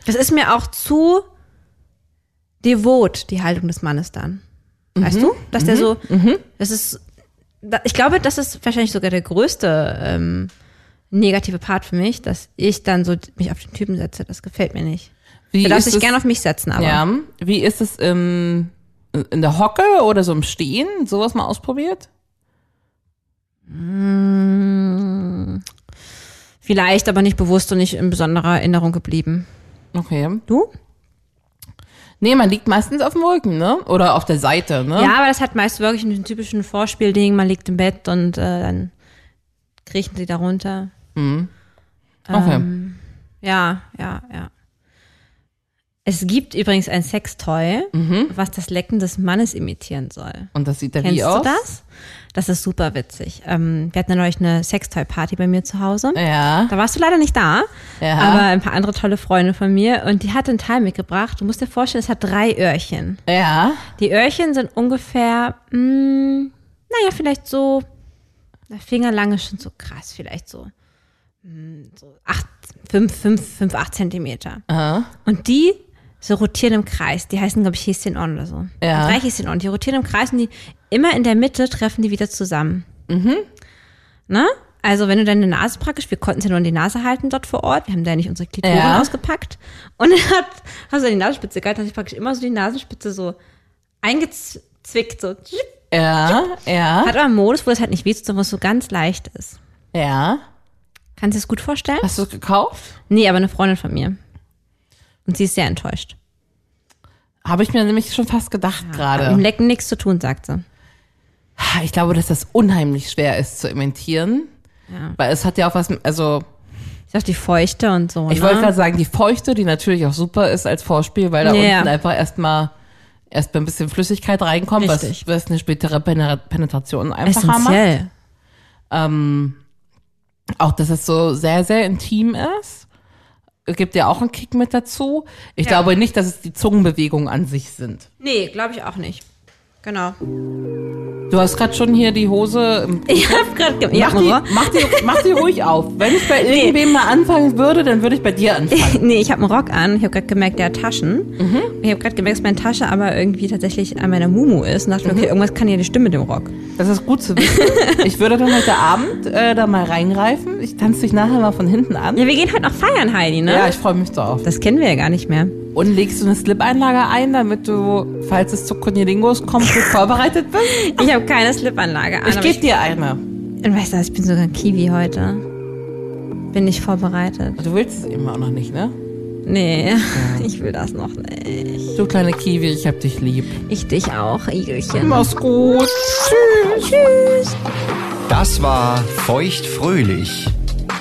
S3: Das ist mir auch zu devot, die Haltung des Mannes dann.
S2: Mhm.
S3: Weißt du? Dass der so, das ist, da, ich glaube, das ist wahrscheinlich sogar der größte ähm, negative Part für mich, dass ich dann so mich auf den Typen setze. Das gefällt mir nicht.
S2: Wie
S3: Du darfst dich
S2: es-
S3: gerne auf mich setzen, aber.
S2: ja. Wie ist es im, in der Hocke oder so im Stehen? Sowas mal ausprobiert?
S3: Vielleicht, aber nicht bewusst und nicht in besonderer Erinnerung geblieben.
S2: Okay.
S3: Du?
S2: Nee, man liegt meistens auf dem Rücken, ne? Oder auf der Seite, ne?
S3: Ja, aber das hat meist wirklich einen typischen Vorspielding. Man liegt im Bett und äh, dann kriechen sie da runter.
S2: Okay.
S3: Ähm, Ja, ja, ja. Es gibt übrigens ein Sextoy, was das Lecken des Mannes imitieren soll.
S2: Und das sieht da
S3: Kennst
S2: Mhm. wie
S3: du
S2: aus?
S3: das? Das ist super witzig. Ähm, wir hatten ja neulich eine Sextoy-Party bei mir zu Hause.
S2: Ja.
S3: Da warst du leider nicht da,
S2: Ja.
S3: aber ein paar andere tolle Freunde von mir. Und die hat einen Teil mitgebracht. Du musst dir vorstellen, es hat drei Öhrchen.
S2: Ja.
S3: Die Öhrchen sind ungefähr, mm, mh, naja, vielleicht so, der Fingerlang ist schon so krass, vielleicht so, hm, mh, so acht, fünf, fünf, fünf, acht Zentimeter. Und die so rotieren im Kreis. Die heißen, glaube ich, Häschen On oder so.
S2: Ja.
S3: Drei Häschen On. Die rotieren im Kreis und die immer in der Mitte treffen die wieder zusammen. Mhm. Ne? Also wenn du deine Nase praktisch, wir konnten es ja nur in die Nase halten dort vor Ort, wir haben da ja nicht unsere Klitoren
S2: Ja.
S3: ausgepackt. Und dann hat, hast du an die Nasenspitze gehalten, hast du praktisch immer so die Nasenspitze so eingezwickt, so.
S2: Ja, ja,
S3: Hat aber einen Modus, wo es halt nicht wehtut, sondern wo es so ganz leicht ist.
S2: ja.
S3: Kannst du es gut vorstellen?
S2: Hast du es gekauft?
S3: Nee, aber eine Freundin von mir. Und sie ist sehr enttäuscht.
S2: Habe ich mir nämlich schon fast gedacht
S3: Hat Mit dem
S2: gerade.
S3: Lecken nichts zu tun, sagt sie.
S2: Ich glaube, dass das unheimlich schwer ist zu imitieren. Weil es hat ja auch was, also
S3: Ist auch die Feuchte und so.
S2: ich
S3: ne?
S2: wollte gerade sagen, die Feuchte, die natürlich auch super ist als Vorspiel, weil da
S3: Ja.
S2: unten einfach erstmal erst mal ein bisschen Flüssigkeit reinkommt, was,
S3: Richtig.
S2: was eine spätere Pener- Penetration einfacher macht.
S3: essentiell.
S2: Ähm, Auch, dass es so sehr, sehr intim ist. Gibt ja auch einen Kick mit dazu. Ich glaube nicht, dass es die Zungenbewegungen an sich sind.
S3: Nee, glaube ich auch nicht. Genau.
S2: Du hast gerade schon hier die Hose im
S3: Ich hab gerade ge ja,
S2: Mach die,
S3: Moral.
S2: mach, die, mach die ruhig auf. Wenn ich bei irgendwem mal anfangen würde, dann würde ich bei dir anfangen.
S3: Nee, ich habe einen Rock an. Ich habe gerade gemerkt, der hat Taschen.
S2: Mhm.
S3: Ich habe gerade gemerkt, dass meine Tasche aber irgendwie tatsächlich an meiner Mumu ist. Und dachte
S2: Mhm.
S3: mir, okay, irgendwas kann ja nicht stimmen mit dem Rock.
S2: Das ist gut zu wissen. Ich würde dann heute Abend äh, da mal reingreifen. Ich tanze dich nachher mal von hinten an.
S3: Ja, wir gehen heute noch feiern, Heidi, ne?
S2: Ja, ich freue mich drauf.
S3: das kennen wir ja gar nicht mehr.
S2: Und legst du eine Slip-Einlage ein, damit du, falls es zu Konilingos kommt, gut vorbereitet bist?
S3: Ich habe keine Slip-Anlage an.
S2: Ich
S3: aber
S2: gebe dir eine.
S3: Und weißt du was, ich bin sogar ein Kiwi heute. Bin nicht vorbereitet.
S2: Du willst es eben auch noch nicht, ne?
S3: Nee, ich will das noch nicht.
S2: Du kleine Kiwi, ich hab dich lieb.
S3: Ich dich auch, Igelchen.
S2: Mach's gut.
S1: Das war Feuchtfröhlich,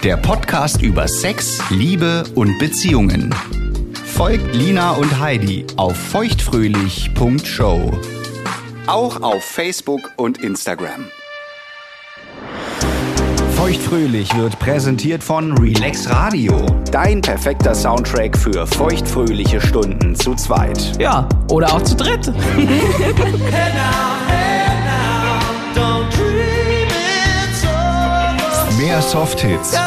S1: der Podcast über Sex, Liebe und Beziehungen. Folgt Lina und Heidi auf feuchtfröhlich.show. Auch auf Facebook und Instagram. Feuchtfröhlich wird präsentiert von Relax Radio. Dein perfekter Soundtrack für feuchtfröhliche Stunden zu zweit.
S2: Ja, oder auch zu dritt.
S1: Mehr Softhits.